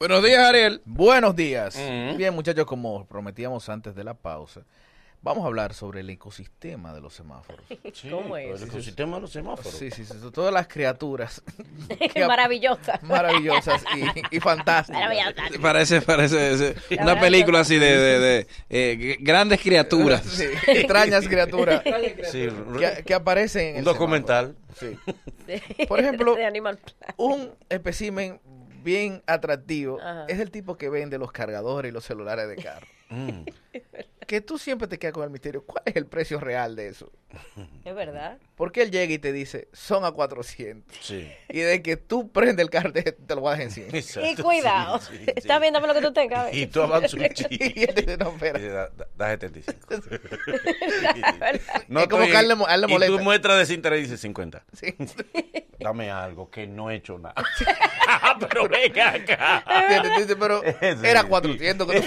Buenos días, Ariel. Buenos días. Mm. Ujú. Bien, muchachos, como prometíamos antes de la pausa, vamos a hablar sobre el ecosistema de los semáforos. ¿Cómo es? El ecosistema de los semáforos. Sí, sí, sí, son todas las criaturas Qué maravillosa. maravillosas y, y fantásticas. Maravillosa. Parece, parece ese- La una verdad, película yo- así de, de- de, eh, g- grandes criaturas. Sí, extrañas criaturas Sí, que, que aparecen en un el documental. semáforo. Sí. Por ejemplo- de Animal Planet. Un espécimen bien atractivo Ajá. es el tipo que vende los cargadores y los celulares de carro. Mm. Que tú siempre te quedas con el misterio, ¿cuál es el precio real de eso? Es verdad. Porque él llega y te dice, son a 400. Sí. y de que tú prendes el carro, te, te lo bajas en 100. Y Exacto, cuidado. sí, sí, sí. Está bien, dame lo que tú tengas. a Y ver. tú avanzas un y él chiste. dice, no, espera. Dice, Da, da- da 75. ¿Verdad? No Es como estoy- que a él le mo- a él le Y tú molesta. muestras desinterés y dices 50. Sí. Dame algo que no he hecho nada. Pero venga acá. Entiende, tú dices, Pero Sí. era 400 que tú,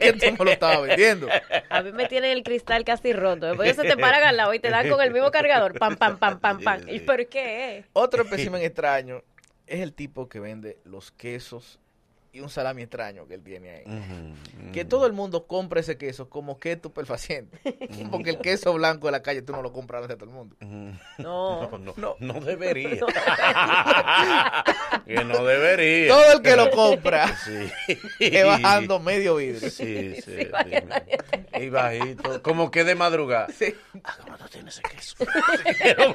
que tú me lo estabas vendiendo. A mí me tienen el cristal casi roto. Después ellos se te paran al lado y te dan con el mismo cargador. Pam, pam, pam, pam, pam. ¿Y por qué? Otro espécimen extraño es el tipo que vende los quesos y un salami extraño que él tiene ahí. Ujú. Que todo el mundo compra ese queso como que es tu perfaciente. Porque el queso blanco de la calle tú no lo compras a todo el mundo. mm. No. No, no, No. no debería. que no debería. Todo el que lo compra Sí. es bajando medio vidrio. Sí, sí. sí. vaya, vaya. y bajito. Como que de madrugada. Sí. Ah, ¿cómo no tienes el queso? Pero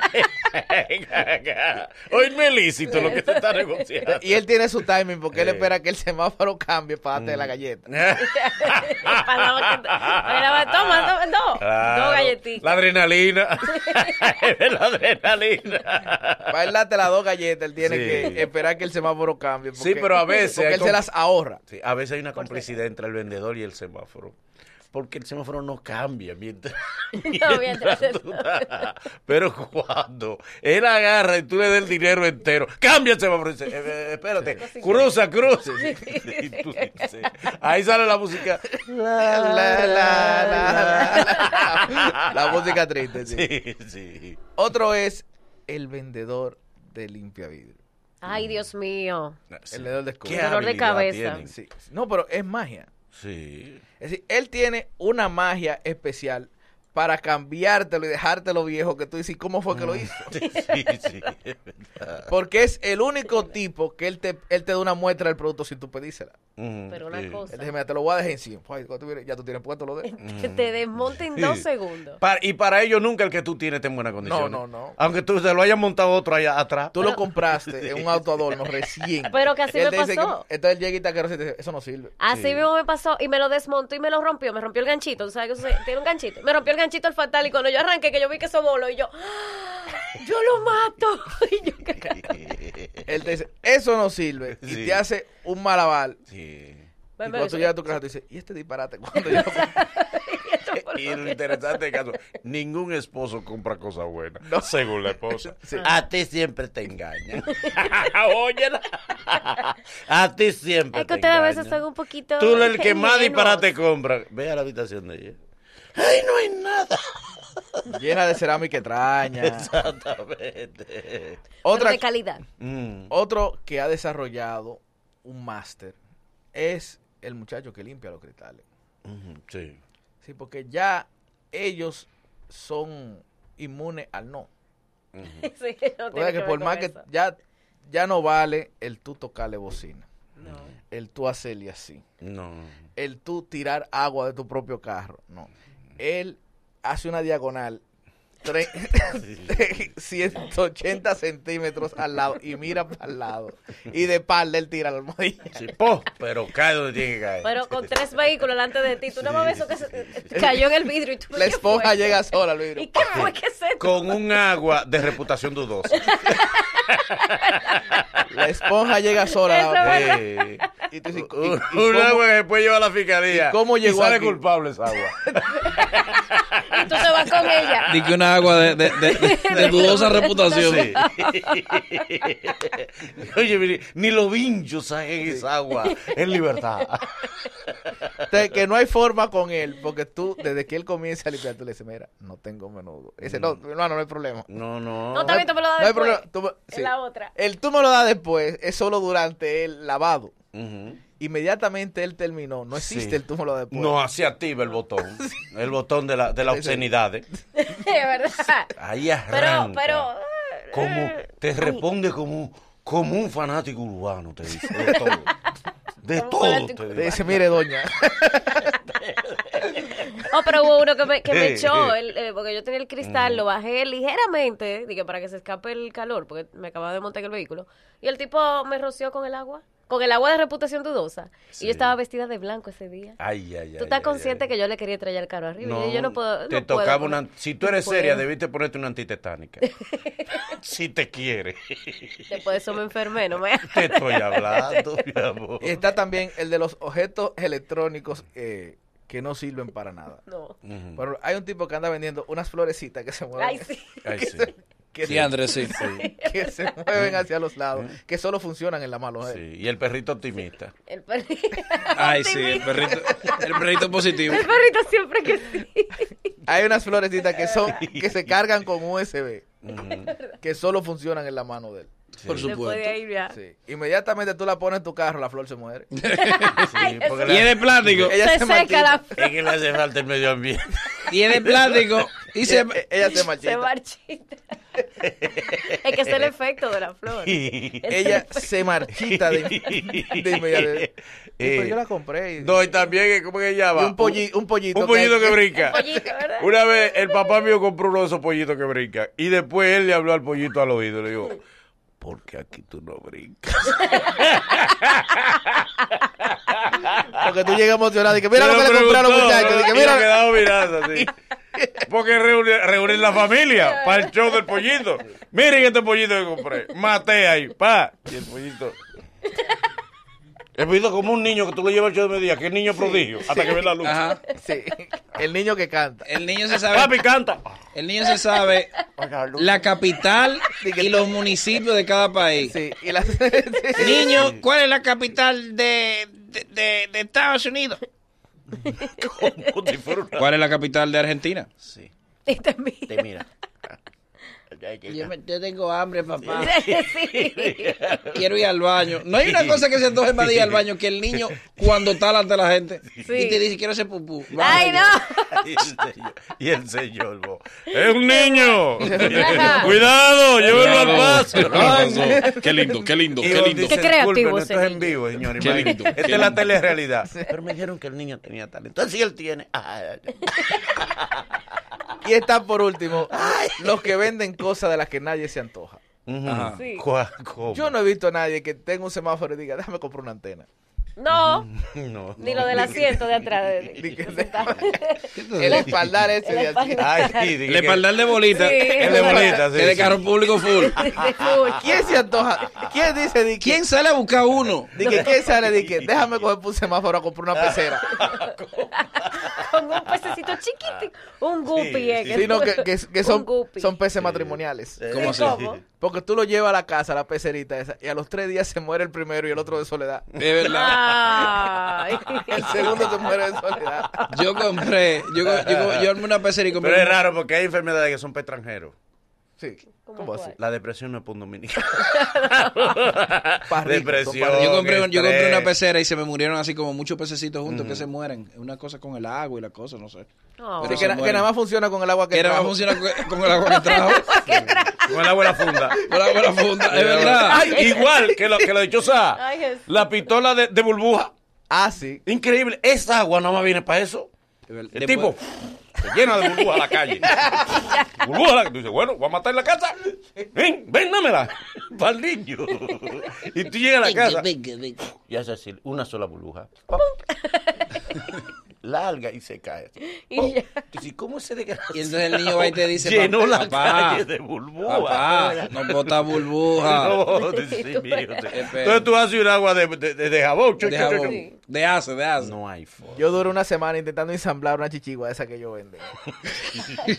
venga acá. Oírme lícito lo que te está negociando. Y él tiene su timing porque él Eh. Mm. espera que el semáforo cambie para darte la galleta. Ah. Para que te- para que- Toma, toma, no. Claro. Dos galletitas. La adrenalina. la adrenalina. Para él darte las dos galletas, él tiene Sí. que esperar que el semáforo cambie. Sí, pero a veces Porque hay él comp- se las ahorra. Sí, a veces hay una complicidad entre el vendedor y el semáforo. Porque el semáforo no cambia mientras. No, mientras tú estás. Pero cuando él agarra y tú le das el dinero entero, cambia el semáforo. y dice, "Eh, eh, espérate, cruza, cruza. Y tú dices, ahí sale la música. La, la, la, la, la. La música triste, sí. Sí, sí. Otro es el vendedor de limpia vidrio. Ay, Dios mío. El dolor de ¿Qué escoba. Dolor de habilidad cabeza. tienen? Sí. No, pero es magia. Sí. Es decir, él tiene una magia especial para cambiártelo y dejártelo viejo que tú dices, ¿cómo fue que Mm. lo hizo? Sí, sí, sí, es verdad. Porque es el único tipo que él te, él te da una muestra del producto sin tú pedírsela. Mm, Pero una sí. cosa. Él dice, mira, te lo voy a dejar en 100. Ay, cuando tú vienes, ya tú tienes puesto lo de... Que te desmonten dos segundos. Pa- y para ellos nunca el que tú tienes está en buena condición. no, no. Aunque tú se lo hayas montado otro allá atrás. Tú lo compraste en un auto adorno recién. Pero que así Él me te dice pasó. que- entonces él llega y te agarra y te dice, eso no sirve. Así Sí. mismo me pasó y me lo desmontó y me lo rompió, me rompió el ganchito, ¿tú sabes que eso se- tiene un ganchito? Me rompió el ganchito el fatal y cuando yo arranqué que yo vi que eso voló y yo, ¡Ah! yo lo mato. Y yo, ¿qué carajo? Él te dice, eso no sirve. Y Sí. te hace un malabar. Sí. Y Me- me- cuando tú llegas a tu casa, tú dices, ¿y este disparate? cuando yo lo compré?" y esto fue lo Y lo que- interesante del caso, ningún esposo compra cosas buenas, según la esposa. Sí. A ti siempre te engañan. Óyela. A ti siempre Es que te ustedes a veces engañan. son un poquito Tú eres el que más ingenuos. disparate compra. Ve a la habitación de ella. ¡Ay, no hay nada! Llena de cerámica extraña. Exactamente. Pero Otra, de calidad. Mm. otro que ha desarrollado un máster es el muchacho que limpia los cristales. Ujú, mm, Sí. Sí, porque ya ellos son inmunes al no. mm, Sí, no O sea, tiene que ver por con más que eso. ya, ya no vale el tú tocarle bocina, No. el tú hacerle así, No. el tú tirar agua de tu propio carro, no. Él hace una diagonal tre- 180 centímetros al lado y mira para el lado y de espalda él tira la almohadilla. Sí, po, pero cae donde tiene que caer. Pero con tres vehículos delante de ti, tú no más ves eso que se- Sí. cayó en el vidrio y tú La ¿qué esponja fue? llega sola, Luis. ¿Y qué fue que se Con un agua de reputación dudosa. La esponja llega sola. Eso la- es Eh, y tú dices, ¿y- y un un cómo- agua que después lleva a la fiscalía. ¿Y cómo llegó sale aquí? culpable esa agua? y tú te vas con ella? Di que una agua de, de- de- de- de dudosa reputación. Sí. Oye, mire, ni los vinchos saquen esa agua en libertad. Te- que no hay forma con él, porque tú, desde que él comienza a limpiar, tú le dices, mira, no tengo menudo. Ese, no, Mm. mi hermano, no hay problema. No, no. No, está bien, tú me lo das No hay después. problema. Tú me- Es sí. la otra. El tú me lo das después, es solo durante el lavado. Ujú. Inmediatamente él terminó. No existe Sí. el túmulo después. No, así activa el botón. El botón de la, de la obscenidad. ¿eh? Es verdad. Ahí Pero, arranca. pero. eh, Como, te responde como, como un fanático urbano, te dice. De todo. De Como un todo, fanático te Le dice. dice, mire, doña. Oh, pero hubo uno que me, que me Eh, echó, eh. Mm. el- eh, porque yo tenía el cristal, lo bajé ligeramente, dije, para que se escape el calor, porque me acababa de montar en el vehículo. Y el tipo me roció con el agua, con el agua de reputación dudosa. Y Sí. Ah, yo estaba vestida de blanco ese día. Ay, ay, ay. Tú estás ay, consciente ay. que yo le quería estrellar el carro arriba. y yo, yo no puedo. Te no puedo tocaba con- una. Si tú no eres seria, puedo. debiste ponerte una antitetánica. si te quiere. Después de eso me enfermé, no me. Te estoy hablando, mi amor. Y está también el de los objetos electrónicos eh, que no sirven para nada. No. Ujú. Pero hay un tipo que anda vendiendo unas florecitas que se mueven. Ay, sí. Ay, sí. que, Sí, Andrés, sí. que se mueven hacia los lados, que solo funcionan en la mano. eh. Sí, Y el perrito optimista. El perrito. Ay, sí, el perrito, el perrito positivo. El perrito siempre que sí. Hay unas florecitas que son que se cargan con USB, Ujú. que solo funcionan en la mano de él. Por Sí. Después de supuesto. ahí ya. Sí. Inmediatamente tú la pones en tu carro, la flor se muere. Sí, porque Y es de la- plástico. Ella se, se seca la. es que le hace falta el medio ambiente. Y es de plástico. Y se. Ella, ella se Se marchita. marchita. es que es el efecto de la flor. Ella se marchita de, de inmediato. Sí, pero Eh, yo la compré. Y, No, y también, eh, ¿cómo que se llama? y un, polli- un pollito. Un pollito que Un brinca. pollito, ¿verdad? Una vez el papá mío compró uno de esos pollitos que brincan. Y después él le habló al pollito al oído. Le dijo, porque aquí tú no brincas. Porque tú llegas emocionado y que mira lo que Se le compraron preguntó, muchachos. Y que y mira, lo quedaba mirando así. Porque reunir, reunir la familia para el show del pollito. Miren este pollito que compré. Maté ahí, pa. Y el pollito. El pollito como un niño que tú le llevas al show de mediodía, que es niño prodigio, hasta que ve la luz. Ajá. Sí, el niño que canta. El niño se sabe. Papi canta. El niño se sabe la capital y los municipios de cada país. Sí, y la... sí. Niño, ¿cuál es la capital de, de, de- de Estados Unidos? Como si fuera una- ¿Cuál es la capital de Argentina? Sí, Y te mira. te mira. tengo hambre, papá. Sí. Quiero ir al baño. No hay una cosa que se antoje más de ir al baño que el niño cuando está delante de la gente Sí. y te dice, quiero hacer pupú. Ay, Vaya. no. Y el señor- Y el señor, bo, es un niño. Ajá. Cuidado, llévelo al paso. Pasó. Qué lindo, qué lindo, Y vos dices, Qué creativo "Disculpen, ese Esto es en niño". vivo, señor. Qué imagínate. lindo, Esta qué es la lindo. telerrealidad. Pero me dijeron que el niño tenía talento. Entonces sí él tiene. Ah, Y está por último, los que venden cosas de las que nadie se antoja. ujú. Ajá. Sí. Cuá- ¿Cómo? Yo no he visto a nadie que tenga un semáforo y diga, déjame comprar una antena. No. No. Ni lo del asiento de atrás. Ni que- El El, espaldar ese de así. Ay, sí, dije el que- espaldar de bolita. Sí. El de bolita, sí, Que de sí. carro público full. ¿Quién se antoja? ¿Quién dice de ¿Quién sale a buscar uno? que- de que ¿Quién sale de que déjame coger un semáforo a comprar una pecera? Con un pececito chiquito. Un guppy. Sí, eh, sí. que Sino tú- que, que- que un son, guppy. son peces matrimoniales. ¿Cómo así? ¿Cómo? Porque tú lo llevas a la casa, la pecerita esa, y a los tres días se muere el primero y el otro de soledad. De verdad. Ay. El segundo se muere de soledad. Yo compré, yo, co- yo, co- yo armé una pecera y compré. Pero es una- raro porque hay enfermedades que son para extranjeros. Pues, Sí. ¿Cómo ¿Cómo así? cuál? La depresión no es para un dominicano. Pa' ricos, son pa' Depresión. ricos. Yo compré, yo compré una estrés. pecera y se me murieron así como muchos pececitos juntos que se mueren. Una cosa con el agua y la cosa, no sé. Pero No. Así se que, na- que mueren. nada más funciona con el agua que Que era trajo. funciona con- con el agua que trajo. Con el agua en la funda. Con el agua en la funda, es verdad. Ay, igual que lo, que lo dichosa. Ay, Jesús. la pistola de, de burbuja. Ah, sí. Increíble. Esa agua nada más viene para eso. El Después- tipo se llena de burbuja la calle. burbuja la Dice, bueno, voy a matar la casa. Ven, ven, dámela. Para el niño. Y tú llegas a la casa. Y haces así, una sola burbuja. Pop. Larga y se cae. Y Pop. ya. Tú dices, ¿cómo se desgraciado Y entonces el niño va y te dice, Llenó la papá, calle de burbuja. Papá, Ah, no bota burbuja. No, sí, mire, o sea, Espera. Entonces tú haces un agua de, de, de- de jabón. chu, de chu, chu, jabón. chu. De ace, de ace. No hay forma. Yo duré una semana intentando ensamblar una chichigua esa que yo vendo. Tú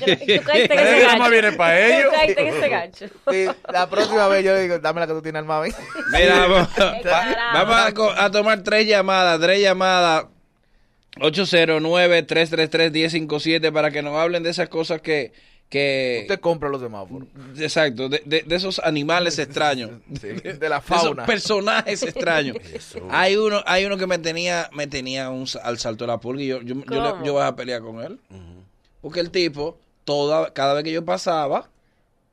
caíste en Pero ese eso más gancho. viene para Tú ellos. caíste en ese gancho. Sí, la próxima vez yo digo, dame la que tú tienes al mami. Mira, vamos, carajo. vamos a co- a, tomar tres llamadas, tres llamadas. 809-333-1057 para que nos hablen de esas cosas que, que... Usted compra los semáforos. Exacto, de, de- de esos animales extraños. Sí, de la de esos fauna. personajes extraños. Hay uno, hay uno que me tenía, me tenía un sa- al salto de la pulga y yo, yo, yo le- ¿Cómo? yo iba a pelear con él. Porque el tipo, toda, cada vez que yo pasaba,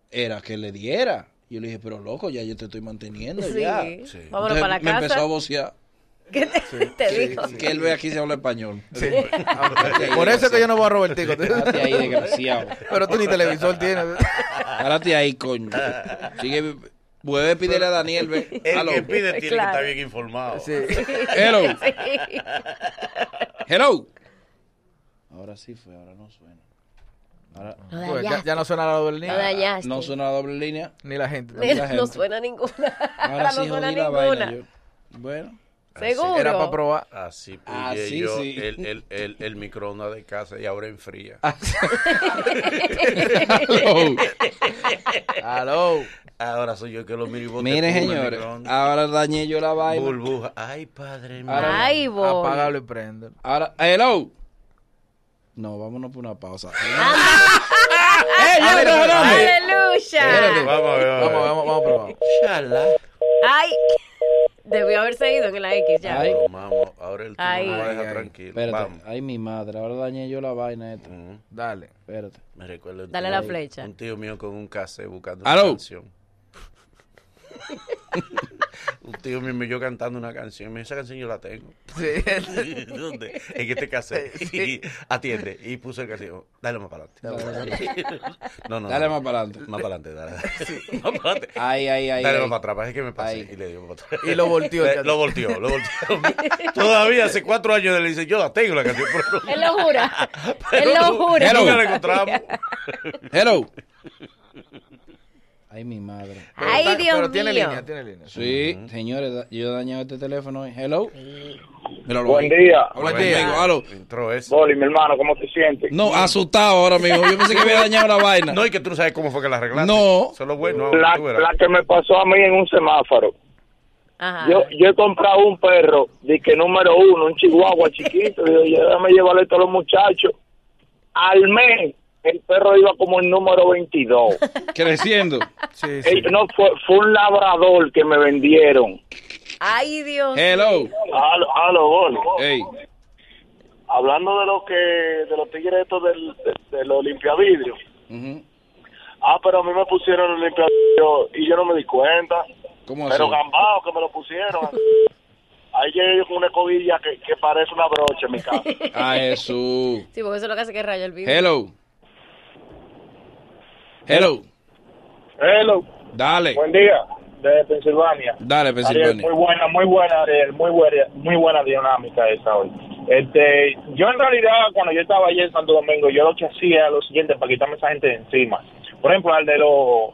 era que le diera. Yo le dije, pero loco, ya yo te estoy manteniendo. Sí. Ya. Sí. Vámonos Entonces, para la me empezó a casa. vocear ¿Qué te, te dijo? que él ve aquí se habla español. Sí. Por eso es que yo no voy a Robertico. Párate ahí, desgraciado. Pero tú ni televisor tienes. Párate ahí, coño. Sigue, vuelve a pedirle a Daniel, ve. El Aló. que pide tiene Claro. que estar bien informado. Sí. Hello. Sí. Hello. Ahora sí fue, ahora no suena. Ahora Lo Pues ya, dañaste. ya no suena la doble Lo línea, dañaste. no suena la doble línea. ni la gente. tampoco. Mira, mucha no gente. suena ninguna. Ahora no sí suena jodí la ninguna. vaina. yo. Bueno, Seguro. Era para probar. Así pillé Así yo Ah, sí. Ah. el, el, el, el microondas de casa y ahora enfría. hello. Aló. Ahora soy yo que lo miro y bote Miren, puro el señores, microondas. ahora dañé yo la vaina. Burbuja. Ay, padre mío. Ahora- Ay, boy. Apágalo y prende. Ahora, hello. No, vámonos por una pausa. ¡Eh, ya Ah. no, no, no. Aleluya. Vamos a ver. Vamos, vamos, vamos a probar. Chala. Ay, debió haberse ido en la X ya. Ay. Vamos, ahora el Ay. turno lo va a Ay, ay. dejar tranquilo. Espérate, Vamos. ay mi madre, ahora dañé yo la vaina esta. Ujú. Dale. Espérate. Me recuerdo. un Dale tío- la flecha. Un tío mío con un cassette buscando Aló. una canción. un tío mío me yo cantando una canción. Me dice, Esa canción yo la tengo. Sí. ¿Dónde? En este cassette. Y atiende. Y puso el cassette. Dale más para Dale más adelante. no, no. Dale no. más para adelante. Más para adelante. Dale, más para adelante. Ay, ay, ay. Dale ay. más para atrás. para que me pase. Ahí. Y le dio para atrás. Y lo volteó. Le- lo volteó, lo volteó. Todavía hace cuatro años le dice, yo la tengo la canción. pero no- Él lo jura. Él pero lo no- jura. Nunca la encontramos. Hello. Ay, mi madre. Ay, Pero- Dios Pero tiene mío. línea, tiene línea. Sí, señores, da- yo he dañado este teléfono. hoy. Hello. Míralo Buen ahí. día, Habla Buen día. conmigo, aló. Entró eso. Boli, mi hermano, ¿cómo te sientes? No, asustado ahora mismo. Yo pensé que había dañado la vaina. No, y que tú no sabes cómo fue que la arreglaste. No. Solo bueno, La, tú verás. la que me pasó a mí en un semáforo. Ajá. Yo, yo he comprado un perro, de que número uno, un chihuahua chiquito, digo, yo déjame llevarle a todos los muchachos. Al mes, el perro iba como el número 22. Creciendo. Sí, sí. Ey, no, fue, fue un labrador que me vendieron. Ay, Dios. Hello. Halo, Boli. Hey. Hablando de lo que, de los tigres estos del, de, los limpiavidrios. Ah, pero a mí me pusieron el limpiavidrio y yo no me di cuenta. ¿Cómo así? Pero gambao que me lo pusieron. Ahí llegué yo con una escobilla que, que parece una brocha en mi casa. A Ah, Jesús. Sí, porque eso es lo que hace que raya el video. Hello. Hello. Hello, Dale. buen día, desde Pensilvania. Dale, Ariel, Pensilvania. muy buena, muy buena, Ariel, muy buena, muy buena dinámica esa hoy. Este, yo en realidad, cuando yo estaba allí en Santo Domingo, yo lo que hacía era lo siguiente para quitarme esa gente de encima. Por ejemplo, al de los,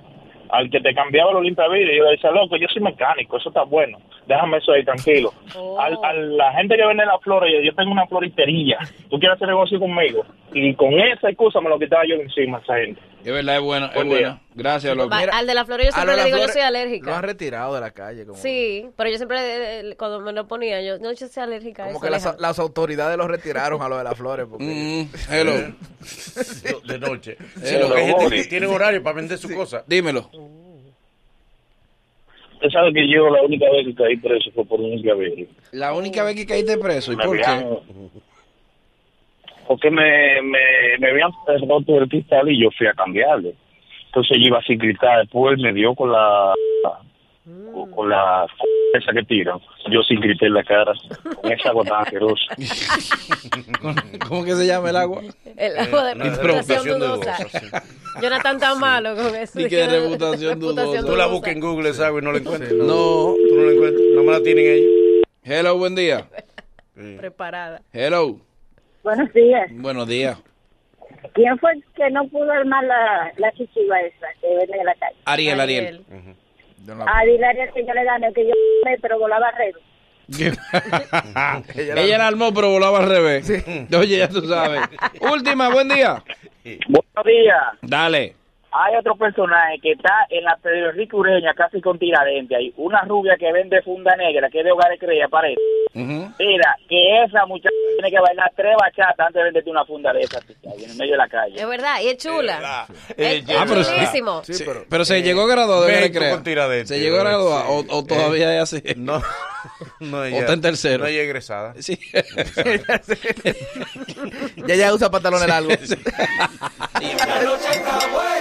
al que te cambiaba los limpiavidrios, yo le decía, loco, yo soy mecánico, eso está bueno, déjame eso ahí tranquilo. Oh. Al, a la gente que vende las flores, yo, yo tengo una floristería, tú quieres hacer negocio conmigo. Y con esa excusa me lo quitaba yo de encima a esa gente. Es verdad, es bueno, es Buen día. bueno. Gracias, loco. Va- al de la flor yo A lo siempre de le las digo, yo flores, soy Lo alérgica. han retirado de la calle. Como, Sí, pero yo siempre, le- le- cuando me lo ponía, yo, no, yo soy alérgica a Como eso. que las, déjalo. las autoridades los retiraron a lo de las flores. Porque... Mm, hello. Yo- de noche. Sí, Porque hay lo gente que boli. tiene horario para vender su cosa. Dímelo. Usted sabe que yo la única vez que caí preso fue por un limpiavidrio. La única vez que caíste preso, ¿y me por habían- qué? Porque me, me, me habían roto el cristal y yo fui a cambiarle. Entonces yo iba sin gritar. Después me dio con la con la c- esa que tiran. Yo sin grité en la cara. Con esa agua tan asquerosa. ¿Cómo que se llama el agua? El agua de Una reputación reputación dudosa. dudosa, sí. Jonathan tan malo con eso. Y que de reputación dudosa. Tú la buscas en Google esa agua y no la encuentras. No. Tú no la encuentras. No me la tienen ellos. Hello, buen día. Preparada. Hello. Buenos días. Buenos días. ¿Quién fue el que no pudo armar la, la chichiva esa que vende en la calle? Ariel, Ariel. Yo no la- A Dilaria que yo le gané, que yo me pero volaba red. Ella la- Ella la armó, pero volaba al revés. Oye, ya tú sabes. Última, buen día. Buenos días. Dale. Hay otro personaje que está en la Pedro Enrique Ureña, casi con tiradente. Hay una rubia que vende funda negra, que es de hogares crea, parece. Mira, que esa muchacha tiene que bailar tres bachatas antes de venderte una funda de esas, chica, ahí en el medio de la calle. Es verdad, y es chula. verdad. Es, Es es Ah, pero es verdad. chulísimo. Sí, Sí, pero- pero, se llegó graduado, Ven ¿verdad? tú Crea? con tiradentes, Se llegó ¿verdad? graduado o, o todavía es así. No, no O está en tercero. No hay egresada. Sí. ya ya usa pantalones largos. La noche está buena.